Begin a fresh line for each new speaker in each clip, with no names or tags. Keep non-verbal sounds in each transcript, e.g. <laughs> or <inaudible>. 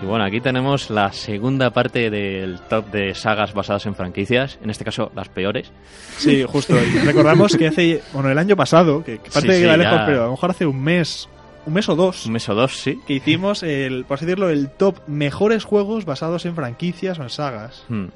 Y bueno, aquí tenemos la segunda parte del top de sagas basadas en franquicias, en este caso las peores.
Sí, justo. Y recordamos que hace, bueno, el año pasado, que que parte
Sí,
de
sí,
que va lejos,
ya.
pero a lo mejor hace un mes, un mes o dos,
Un mes o dos, sí.
que hicimos el, por así decirlo, el top mejores juegos basados en franquicias o en sagas.
Hmm. <laughs>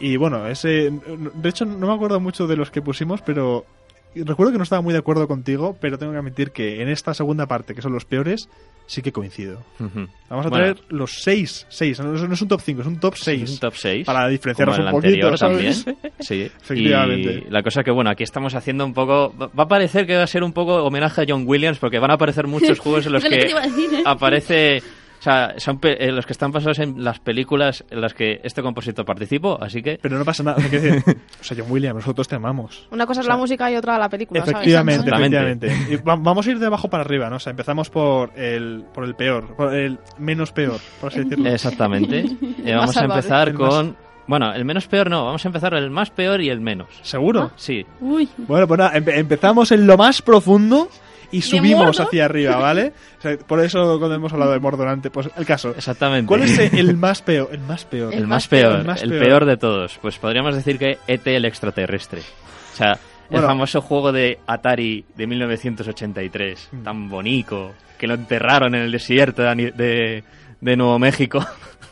Y bueno, ese, de hecho no me acuerdo mucho de los que pusimos, pero recuerdo que no estaba muy de acuerdo contigo, pero tengo que admitir que en esta segunda parte, que son los peores, sí que coincido.
Ujú.
Vamos
Bueno,
a traer los seis, seis, no, no es un top 5, es un top 6.
Un top 6.
Para diferenciarnos un
como el
poquito,
anterior
¿sabes? <laughs>
también. Sí.
Efectivamente.
Y la cosa que, bueno, aquí estamos haciendo un poco... Va va a parecer que va a ser un poco homenaje a John Williams porque van a aparecer
<laughs>
muchos juegos en los
Es lo que te
que
iba a decir, ¿eh?
aparece... O sea, son pe- eh, los que están basados en las películas en las que este compositor participó, así que...
Pero no pasa nada. o sea, quiero decir, o sea, John Williams, nosotros te amamos.
Una cosa
O
es
sea,
la música y otra la película, ¿sabes?
Efectivamente,
Exactamente.
efectivamente. Y va- vamos a ir de abajo para arriba, ¿no? O sea, empezamos por el, por el peor, por el menos peor, por así decirlo.
<laughs> Exactamente. Eh, vamos a
salvable.
empezar
El más-
con... Bueno, el menos peor no, vamos a empezar el más peor y el menos.
¿Seguro?
Ah.
Sí,
Uy,
Bueno, pues nada, empe- empezamos en lo más profundo y subimos
Mordor?
hacia arriba, ¿vale? O sea, por eso cuando hemos hablado de Mordor antes, pues el caso.
exactamente.
¿Cuál es el más peor? El más
<laughs>
peor.
El más peor,
el más
el
peor.
peor de todos. Pues podríamos decir que ET el extraterrestre. O sea,
Bueno.
el famoso juego de Atari de 1983,
Mm.
tan bonito, que lo enterraron en el desierto de, Ani- de- de Nuevo México.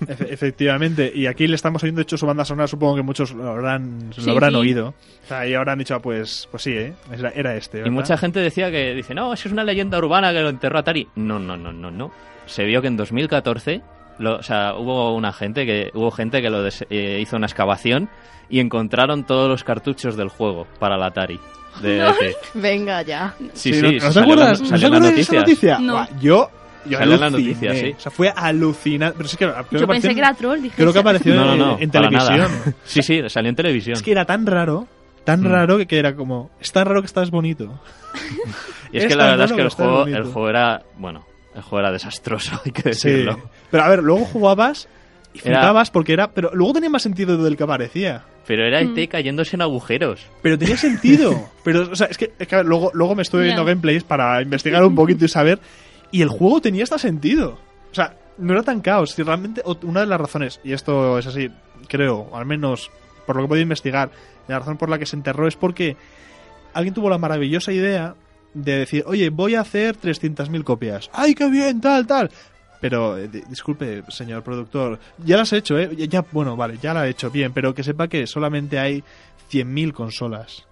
Efe- efectivamente, y aquí le estamos oyendo, de hecho, su banda sonora, supongo que muchos lo habrán,
Sí,
lo habrán
sí.
oído. O sea, y habrán dicho, ah, pues, pues sí, ¿eh? Era, era este.
Y
¿verdad?
mucha gente decía que dice, no, eso es una leyenda urbana que lo enterró Atari. No, no, no, no, no. Se vio que en 2014, lo- o sea, hubo una gente que hubo gente que lo des- eh, hizo una excavación y encontraron todos los cartuchos del juego para la Atari.
<laughs>
De ET.
Venga ya.
Sí, sí,
¿no, ¿no te
salió en la-
acuerdas? ¿No
salió
te
en las
acuerdas de esa
noticias.
noticia?
No.
Buah, yo. Yo
Salió en la
aluciné.
noticia, sí.
O sea, fue alucinante. Pero sí que
yo pensé que era troll, dije.
Creo que apareció
No, no,
en-
no.
en
para nada.
televisión.
<laughs> Sí, sí, salió en televisión.
Es que era tan raro, tan
Mm.
raro que era como, es tan raro que estás bonito.
y es que
es
la
tan
verdad es
raro
que el
que está
juego,
bonito.
el juego era. Bueno, el juego era desastroso, <laughs> hay que decirlo.
Pero a ver, luego jugabas y
Era-
flipabas porque era, pero luego tenía más sentido del que parecía.
Pero era
Mm.
IT cayéndose en agujeros.
Pero tenía sentido. Pero, o sea, es que, es que, a ver, luego, luego me estoy
Ya.
viendo gameplays para investigar un poquito y saber. Y el juego tenía hasta sentido. O sea, no era tan caos. Si realmente, o- una de las razones, y esto es así, creo, al menos por lo que he podido investigar, la razón por la que se enterró es porque alguien tuvo la maravillosa idea de decir, oye, voy a hacer 300.000 copias. ¡Ay, qué bien! Tal, tal. Pero, eh, di- disculpe, señor productor, ya las he hecho, ¿eh? Ya, ya- bueno, vale, ya la he hecho bien, pero que sepa que solamente hay 100.000 consolas.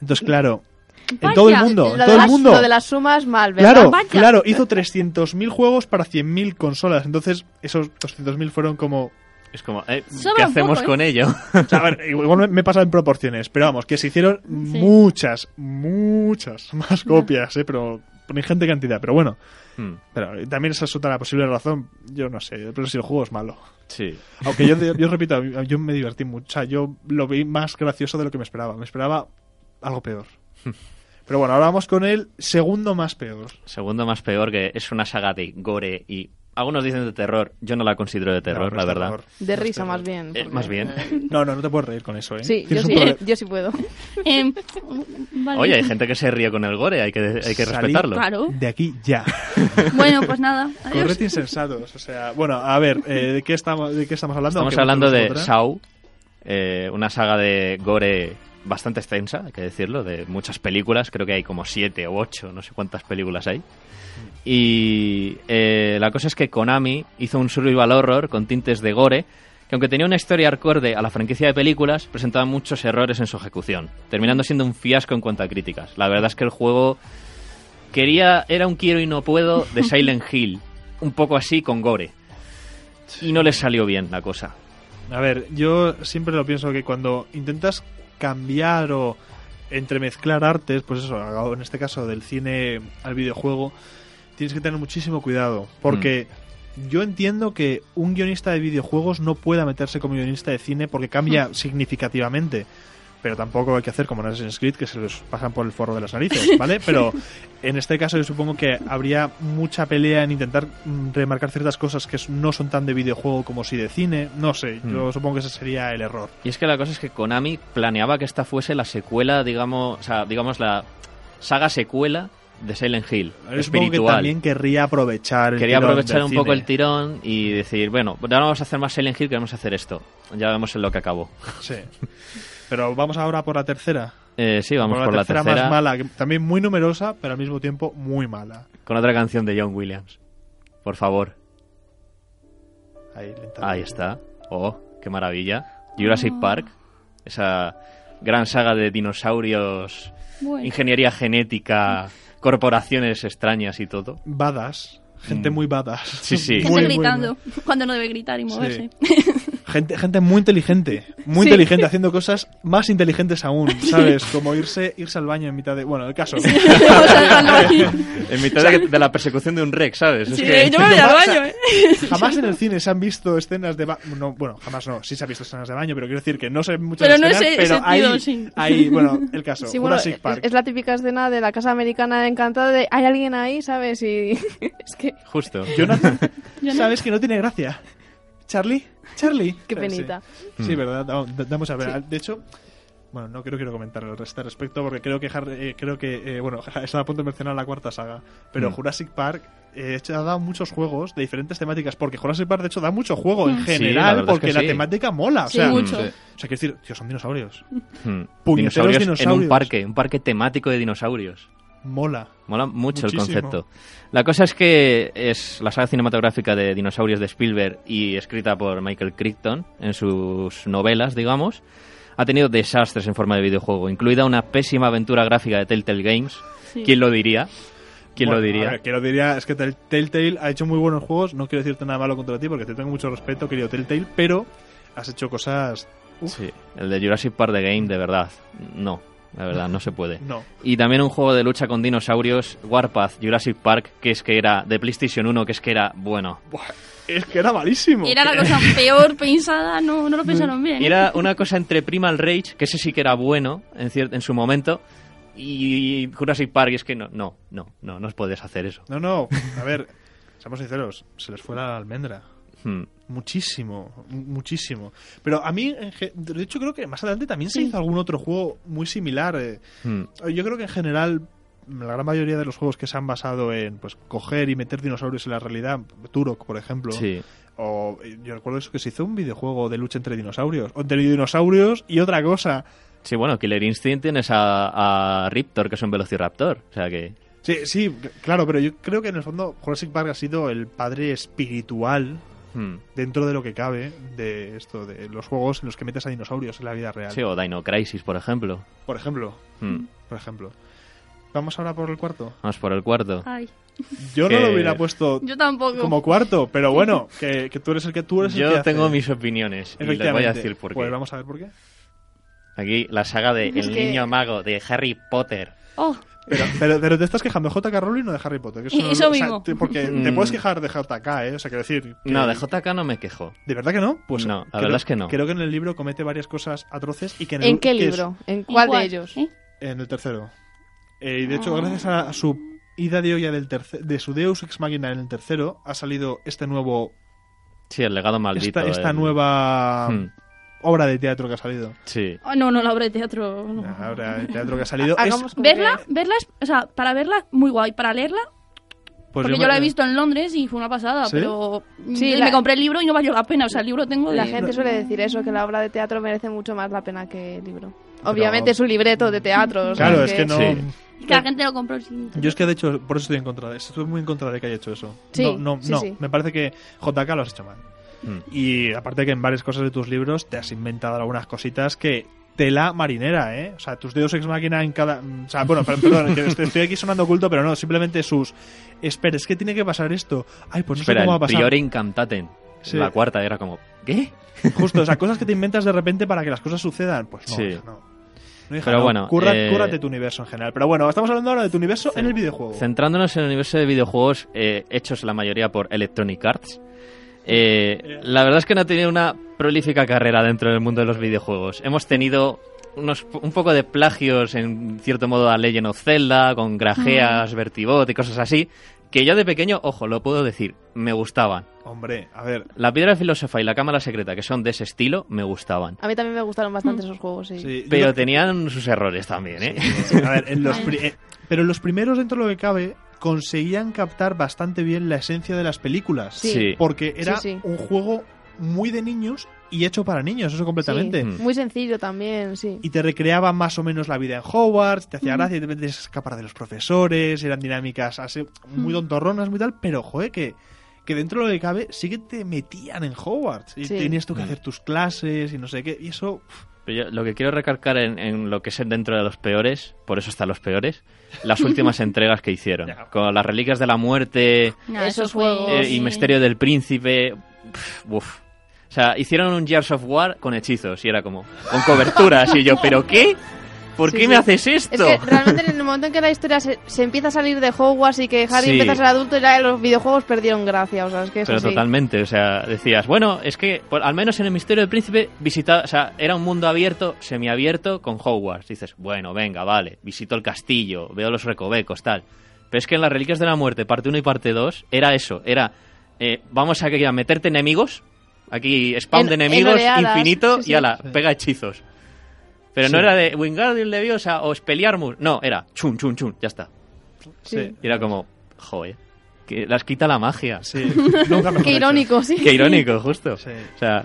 Entonces, claro, en
Vaya,
todo el mundo, en
Lo de,
todo el
las,
mundo.
lo de las sumas mal, ¿verdad?
Claro,
Vaya.
claro, hizo 300.000 juegos para 100.000 consolas. Entonces, esos 200.000 fueron como.
Es como, eh,
Sobra
¿qué
un poco,
hacemos
¿eh?
con ello?
O sea, a ver, igual me, me pasa en proporciones, pero vamos, que se hicieron muchas, muchas <laughs> más copias, ¿eh? Pero por ingente cantidad. Pero bueno,
Mm,
pero también esa es otra posible razón. Yo no sé, pero si el juego es malo.
sí.
Aunque yo, yo repito, yo me divertí mucho. O sea, yo lo vi más gracioso de lo que me esperaba. Me esperaba algo peor. Pero bueno, ahora vamos con el segundo más peor.
Segundo más peor que es una saga de gore y. Algunos dicen de terror. Yo no la considero de terror,
No, no
la
es
verdad.
terror.
De
No es
risa,
terror.
más bien.
Eh,
porque-
más bien.
No, no, no te puedes reír con eso, ¿eh?
Sí, yo
Tienes un
sí,
problema.
yo sí puedo.
Em, vale.
Oye, hay
<laughs>
gente que se ríe con el gore, hay que, hay que
Salí-
respetarlo.
<laughs>
Claro.
De aquí ya.
Bueno, pues nada. Adiós.
Correte insensatos. O sea, bueno, a ver, eh, ¿de, qué estamos, ¿de qué estamos hablando?
Estamos
Aunque
hablando de
vosotros
Saw, eh, una saga de gore bastante extensa, hay que decirlo, de muchas películas, creo que hay como siete o ocho, no sé cuántas películas hay. Y eh, la cosa es que Konami hizo un survival horror con tintes de gore, que aunque tenía una historia acorde a la franquicia de películas, presentaba muchos errores en su ejecución, terminando siendo un fiasco en cuanto a críticas. La verdad es que el juego quería era un quiero y no puedo de Silent Hill, un poco así con gore. Y no les salió bien la cosa.
vosotras. A ver, yo siempre lo pienso que cuando intentas cambiar o entremezclar artes, pues eso, en este caso del cine al videojuego, tienes que tener muchísimo cuidado. Porque
Mm.
yo entiendo que un guionista de videojuegos no pueda meterse como guionista de cine porque
Mm.
cambia significativamente. Pero tampoco hay que hacer como en Assassin's Creed, que se los pasan por el forro de las narices, ¿vale? Pero en este caso yo supongo que habría mucha pelea en intentar mm, remarcar ciertas cosas que no son tan de videojuego como si de cine. No sé,
Mm.
yo supongo que ese sería el error.
Y es que la cosa es que Konami planeaba que esta fuese la secuela, digamos, o sea, digamos la saga secuela de Silent Hill,
Yo supongo que
espiritual.
también querría aprovechar el
Quería
tirón
aprovechar
del
un poco
cine.
el tirón y decir, bueno, ya no vamos a hacer más Silent Hill, queremos hacer esto. Ya vemos en lo que acabó.
Sí. Pero vamos ahora por la tercera.
Eh, sí, vamos por, la tercera,
más mala, que también muy numerosa, pero al mismo tiempo muy mala.
con otra canción de John Williams. Por favor.
Ahí, lentamente.
Ahí está. Oh, qué maravilla. Jurassic Park, esa gran saga de dinosaurios,
Bueno.
ingeniería genética, corporaciones extrañas y todo.
Badas, gente
Mm.
muy badas.
Sí, sí.
Gente
Muy
gritando
buena.
cuando no debe gritar y moverse.
Gente, gente muy inteligente, muy
Sí.
inteligente, haciendo cosas más inteligentes
<laughs>
aún, ¿sabes? Como irse, irse al baño en mitad de... Bueno, el caso.
<laughs> O sea, cuando-
En mitad
<laughs>
de, de la persecución de un Rex, ¿sabes? Es
Sí,
que-
yo me voy al
Jamás-
baño, ¿eh?
Jamás en el cine se han visto escenas de baño. bueno, jamás no, sí se han visto escenas de baño, pero quiero decir que no se ven muchas
Pero no
escenas,
ese-
pero
ese
ahí,
tío, sí.
ahí, bueno, el caso,
Sí, bueno,
Jurassic
es,
Park.
es la típica escena de la casa americana encantada de hay alguien ahí, ¿sabes? Y <laughs> es que
Justo.
Jonathan,
<laughs> Yo no-
¿sabes que no tiene gracia? ¿Charlie? ¿Charlie?
qué
Eh, sí.
penita.
Sí,
Mm.
verdad, da- da- vamos a ver. De hecho, bueno, no creo quiero comentar al resto al respecto porque creo que Harry- eh, creo que eh, bueno, <laughs> estaba a punto de mencionar la cuarta saga, pero
Mm.
Jurassic Park eh, hecho, ha dado muchos juegos de diferentes temáticas porque Jurassic Park de hecho da mucho juego en
Sí, la
general
verdad es
porque
que
la
sí.
temática mola, o
Sí,
sea,
mucho.
Mm. Sí.
o sea, quiero decir, tío, son dinosaurios.
Mm.
Puñeteros
Dinosaurios en
dinosaurios.
un parque, un parque temático de dinosaurios.
Mola.
Mola mucho
Muchísimo.
el concepto. La cosa es que es la saga cinematográfica de dinosaurios de Spielberg y escrita por Michael Crichton en sus novelas, digamos, ha tenido desastres en forma de videojuego, incluida una pésima aventura gráfica de Telltale Games.
Sí.
¿Quién lo diría? ¿Quién
Bueno,
lo
a
diría?
ver, quien lo diría es que Tell- Telltale ha hecho muy buenos juegos, no quiero decirte nada malo contra ti porque te tengo mucho respeto, querido Telltale, pero has hecho cosas Uf.
Sí, el de Jurassic Park The Game, de verdad. No, la verdad, no se puede.
no.
Y también un juego de lucha con dinosaurios, Warpath, Jurassic Park, que es que era de PlayStation 1, que es que era, bueno,
Buah, es que era malísimo.
Era la
<laughs>
cosa peor pensada, no, no lo pensaron bien. ¿eh?
Era una cosa entre Primal Rage, que ese sí que era bueno en, cier- en su momento, y Jurassic Park, y es que no, no, no, no, no podías hacer eso.
No, no, a ver, <laughs> seamos sinceros, se les fue la almendra.
Hmm.
Muchísimo, mu- muchísimo. Pero a mí, en ge- de hecho, creo que más adelante también se
Sí.
hizo algún otro juego muy similar. eh.
Hmm.
Yo creo que en general, la gran mayoría de los juegos que se han basado en pues coger y meter dinosaurios en la realidad, Turok, por ejemplo,
Sí,
o eh, yo recuerdo eso que se hizo un videojuego de lucha entre dinosaurios, o entre dinosaurios y otra cosa.
sí, bueno, Killer Instinct tienes a, a Riptor, que es un Velociraptor, o sea que...
Sí, sí, c- claro, pero yo creo que en el fondo Jurassic Park ha sido el padre espiritual
hmm.
dentro de lo que cabe de esto, de los juegos en los que metes a dinosaurios en la vida real.
Sí, o Dino Crisis, por ejemplo.
Por ejemplo,
Hmm.
por ejemplo. Vamos ahora por el cuarto.
Vamos por el cuarto.
Ay,
Yo no
Que-
lo hubiera puesto
yo tampoco.
como cuarto, pero bueno, que, que tú eres el que tú eres el que
Yo
hace.
tengo mis opiniones y les voy a
eh. Efectivamente.
decir por qué.
Pues vamos a ver por qué.
Aquí la saga de
<laughs> Es
El
que-
Niño Mago de Harry Potter.
Oh,
Pero, pero, pero te estás quejando de J.K. Rowling o de Harry Potter. que no-
Eso
o sea,
mismo.
<laughs>
te- porque te
Mm.
puedes quejar de J.K., ¿eh? O sea, quiero decir... que-
No, de JK no me quejo.
¿De verdad que no? Pues
No, la
creo-
verdad es que no.
Creo que en el libro comete varias cosas atroces y que en, el,
¿En qué
que es-
libro? ¿En
¿y
cuál de ellos?
¿Eh?
En el tercero. Eh, y de
Ah.
hecho, gracias a su ida de olla del terce- de su Deus Ex Machina en el tercero, ha salido este nuevo,
Sí, el legado maldito.
esta, esta
el-
nueva
Hmm.
obra de teatro que ha salido.
Sí.
Oh, no, no, la obra de teatro. no.
La obra de teatro que ha salido.
Ah,
es-
Hagamos como
Verla,
que-
verla, es- o sea, para verla, muy guay. Para leerla,
pues
porque yo,
me-
la he visto en Londres y fue una pasada,
¿Sí?
pero
Sí,
yo
la-
me compré el libro y no valió la pena. O sea, el libro tengo de...
La gente suele decir eso, que la obra de teatro merece mucho más la pena que el libro.
Pero-
Obviamente es un libreto de teatro. o sea,
Claro, es que no.
Sí.
Que la gente lo compró sin...
Yo es que de hecho, por eso estoy en contra de Estoy muy en contra de que haya hecho eso.
Sí,
no, no,
sí,
no.
sí.
Me parece que JK lo has hecho mal.
Hmm.
Y aparte que en varias cosas de tus libros te has inventado algunas cositas que tela marinera, ¿eh? O sea, tus dedos ex máquina en cada... mm, O sea, bueno, per- perdón, que estoy estoy aquí sonando oculto, pero no, simplemente sus... Espera, es que tiene que pasar esto. Ay, pues no
Espera,
sé cómo va a
el
pasar.
Prior Incantaten.
Sí.
La cuarta era como, ¿qué?
<laughs> Justo, o sea, cosas que te inventas de repente para que las cosas sucedan. Pues no,
Sí.
hija, no. No, hija,
Pero
no.
bueno,
Curra-
eh,
cúrate tu universo en general. Pero bueno, estamos hablando ahora de tu universo en el videojuego.
Centrándonos en el universo de videojuegos eh, hechos la mayoría por Electronic Arts, eh, la verdad es que no ha tenido una prolífica carrera dentro del mundo de los videojuegos. Hemos tenido unos, un poco de plagios, en cierto modo, a Legend of Zelda, con grajeas, Vertibot y cosas así, que yo de pequeño, ojo, lo puedo decir, me gustaban.
Hombre, a ver.
La piedra filósofa y la cámara secreta, que son de ese estilo, me gustaban.
A mí también me gustaron bastante esos juegos, sí.
sí, yo
Pero
creo-
tenían sus errores también, ¿eh?
A ver, en los pri- eh, pero los primeros, dentro de lo que cabe, conseguían captar bastante bien la esencia de las películas.
<laughs>
Sí.
Porque era
Sí, sí.
un juego muy de niños y hecho para niños, eso completamente.
Sí,
Mm.
Muy sencillo también, sí.
Y te recreaba más o menos la vida en Hogwarts, te hacía
Mm.
gracia, y te metías a escapar de los profesores, eran dinámicas así muy
Mm.
tontorronas, muy tal, pero joder, que, que dentro de lo que cabe sí que te metían en Hogwarts y
Sí.
tenías tú que
Mm.
hacer tus clases y no sé qué, y eso uf,
Pero yo lo que quiero recargar en, en lo que es dentro de los peores, por eso están los peores,
<laughs>
las últimas entregas que hicieron.
Ya.
Con las reliquias de la muerte
Nah,
Esos
eso fue-
juegos.
eh, y
<laughs>
Misterio del Príncipe. pf, uf. O sea, hicieron un Gears of War con hechizos y era como, con coberturas. y yo, ¿pero qué? ¿Por
Sí,
qué me
sí.
haces esto?
Es que realmente en el momento en que la historia se, se empieza a salir de Hogwarts y que Harry
Sí.
empieza a ser adulto, ya los videojuegos perdieron gracia, o sea, es que eso
Pero
sí.
totalmente, o sea, decías, bueno, es que por- al menos en el Misterio del Príncipe visitaba, o sea, era un mundo abierto, semiabierto con Hogwarts. Dices, bueno, venga, vale, visito el castillo, veo los recovecos, tal. Pero es que en las Reliquias de la Muerte, parte 1 y parte 2, era eso, era, eh, vamos aquí a meterte enemigos, aquí spawn
En-
de
en
enemigos
oleadas,
infinito
sí, sí.
y ala,
Sí.
pega hechizos. Pero no
Sí.
era de Wingardium Leviosa o Expelliarmus, no, era chun, chun, chun, ya está.
Sí.
Y era como, joder, que las quita la magia.
sí, nunca mejor
Qué
hecho.
irónico, sí.
Qué irónico, justo.
Sí.
O sea,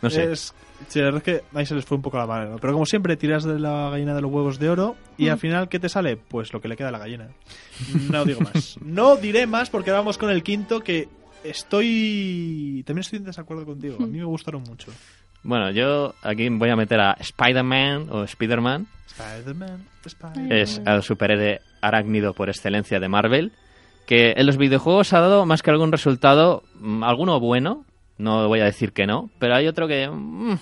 no sé.
Es, sí, la verdad es que ahí se les fue un poco la mano. ¿no? Pero como siempre, tiras de la gallina de los huevos de oro y al final, ¿qué te sale? Pues lo que le queda a la gallina. No digo más. No diré más porque vamos con el quinto que estoy... También estoy en desacuerdo contigo. A mí me gustaron mucho.
Bueno, yo aquí voy a meter a Spider-Man o Spider-Man.
Spider-Man, Spider-Man.
Es ah, el superhéroe arácnido por excelencia de Marvel. Que en los videojuegos ha dado más que algún resultado, mm, alguno bueno. No voy a decir que no, pero hay otro que mm,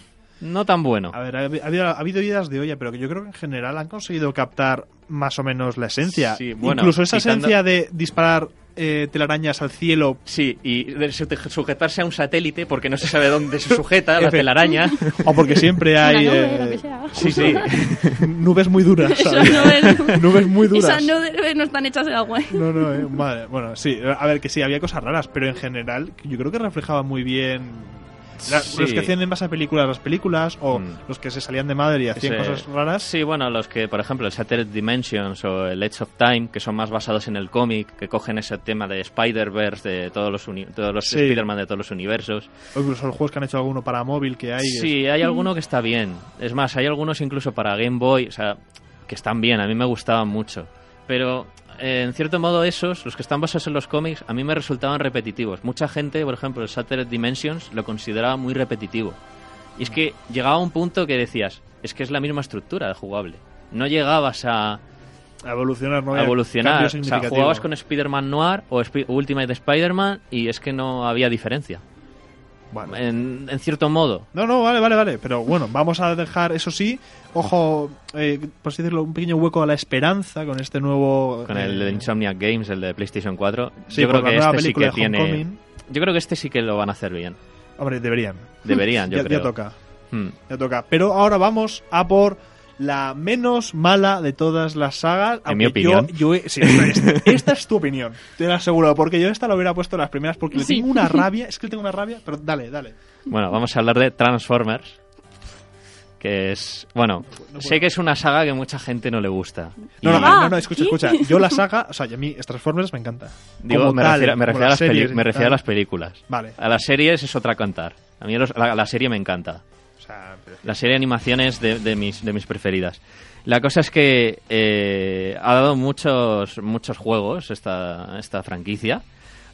no tan bueno.
A ver, ha habi- ha habido, ha habido idas de olla, pero que yo creo que en general han conseguido captar más o menos la esencia.
Sí, bueno,
Incluso esa
quitando-
esencia de disparar eh, telarañas al cielo
Sí, y de suje- sujetarse a un satélite porque no se sabe dónde se sujeta la
Efe.
telaraña.
o porque siempre
Una
hay
nube,
eh,
lo que sea.
Sí, sí.
<laughs> nubes muy duras.
Eso
¿sabes?
no es-
Nubes muy duras.
Esas nubes no están hechas de agua. ¿eh?
No, no, eh, madre. Bueno, sí, a ver, que sí, había cosas raras, pero en general yo creo que reflejaba muy bien la-
Sí.
los que hacían en base a películas las películas o
Mm.
los que se salían de madre y hacían
Ese-
cosas raras.
Sí, bueno, los que, por ejemplo, el Shattered Dimensions o el Edge of Time, que son más basados en el cómic, que cogen ese tema de Spider-Verse, de todos los, uni- todos los
Sí.
Spider-Man de todos los universos.
O incluso los juegos que han hecho alguno para móvil que hay. es-
Sí, hay alguno que está bien. Es más, hay algunos incluso para Game Boy, o sea, que están bien, a mí me gustaban mucho. Pero, eh, en cierto modo, esos, los que están basados en los cómics, a mí me resultaban repetitivos. Mucha gente, por ejemplo, el Shattered Dimensions lo consideraba muy repetitivo. Y es que llegaba un punto que decías, es que es la misma estructura de jugable. No llegabas a,
a evolucionar, ¿no?
a
Había
evolucionar.
cambio
O sea,
significativo.
jugabas con Spider-Man Noir o Spi- Ultimate Spider-Man y es que no había diferencia.
Bueno.
En, en cierto modo.
No, no, vale, vale, vale. Pero bueno, vamos a dejar, eso sí, ojo, eh, por así decirlo, un pequeño hueco a la esperanza con este nuevo.
Con el
eh,
de Insomniac Games, el de PlayStation 4.
sí,
yo creo
por la
que
nueva
este sí
película
que
de
tiene.
Homecoming.
Yo creo que este sí que lo van a hacer
<laughs>
bien.
Hombre, deberían.
Deberían, yo
Ya,
creo.
ya toca.
Hmm.
Ya toca. Pero ahora vamos a por la menos mala de todas las sagas.
En mi
aunque
opinión.
Yo, yo he- sí, esta, esta es tu opinión, te lo aseguro. Porque yo esta la hubiera puesto en las primeras porque le
Sí.
tengo una rabia. Es que le tengo una rabia, pero dale, dale.
Bueno, vamos a hablar de Transformers. Que es. Bueno,
puedo.
sé que es una saga que mucha gente no le gusta.
No, no,
Y-
no,
Ah,
no, escucha,
¿sí?
escucha. Yo la saga, o sea, y a mí Transformers me encanta.
Digo,
Como
me
tal,
refiero, me
como
refiero a, las peli-
series ah. y
me refiero a
tal.
las películas.
Vale,
A las series es otra cantar. A mí los- la- la serie me encanta.
o sea,
La serie de animaciones de, de mis, de mis preferidas. La cosa es que eh, ha dado muchos, muchos juegos esta, esta franquicia.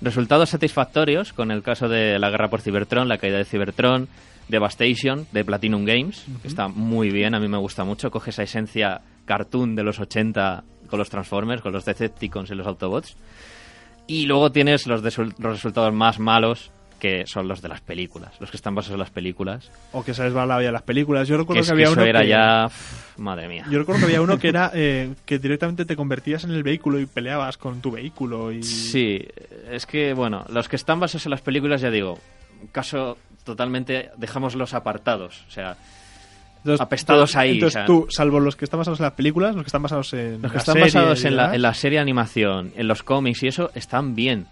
Resultados satisfactorios con el caso de la guerra por Cybertron, la caída de Cybertron, Devastation de Platinum Games, que está muy bien, a mí me gusta mucho. Coge esa esencia cartoon de los 80 con los Transformers, con los Decepticons y los Autobots. Y luego tienes los, desul- los resultados más malos, que son los de las películas, los que están basados en las películas
o que se les va la vida a las películas. Yo recuerdo
que
que,
es que
había
eso
uno
era
que,
ya pf, madre mía
Yo recuerdo que había uno
<laughs>
que era eh, que directamente te convertías en el vehículo y peleabas con tu vehículo y
sí es que bueno los que están basados en las películas ya digo caso totalmente dejamos los apartados o sea
Entonces,
Apestados ahí,
Entonces
o sea.
tú, salvo los que están basados en las películas, los que están basados en
Los que
la
están
serie
basados
y
en la,
demás,
en la serie de animación, en los cómics y eso, están bien.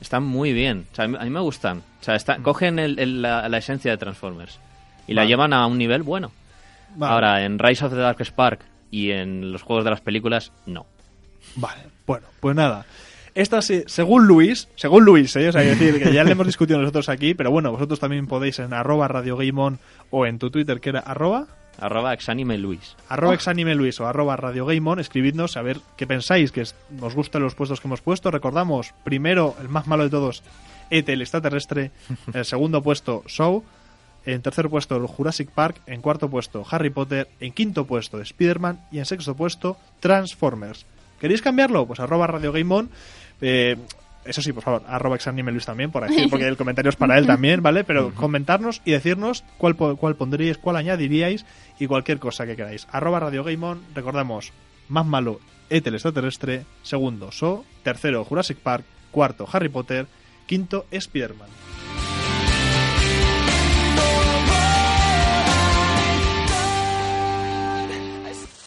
Están muy bien. O sea, a mí a mí me gustan. O sea, está- cogen el- el- la, la esencia de Transformers y la
Mm. Vale.
llevan a un nivel bueno.
Vale,
Ahora, en Rise of the Dark Spark y en los juegos de las películas, no.
Vale, bueno, pues nada. Esta, se- según Luis, según Luis, ¿eh? o sea, hay que decir que ya le hemos discutido nosotros aquí, pero bueno, vosotros también podéis en arroba Radio Game On o en tu Twitter que era arroba
Arroba Exanime Luis.
arroba exanime Luis o arroba Radio Game On, escribidnos a ver qué pensáis, que es- os gustan los puestos que hemos puesto. Recordamos, primero, el más malo de todos, ET, el extraterrestre. En el segundo puesto, Show. En tercer puesto, el Jurassic Park. En cuarto puesto, Harry Potter. En quinto puesto, Spider-Man. Y en sexto puesto, Transformers. ¿Queréis cambiarlo? Pues arroba Radio Game On. Eh, eso sí, por favor, arroba exanime Luis también, por aquí, porque el comentario es para él también, ¿vale? Pero comentarnos y decirnos cuál, po- cuál pondríais, cuál añadiríais y cualquier cosa que queráis. Arroba Radio Game On, recordamos, más malo, Ethel extraterrestre, segundo, So, tercero, Jurassic Park, cuarto, Harry Potter, quinto, Spider-Man.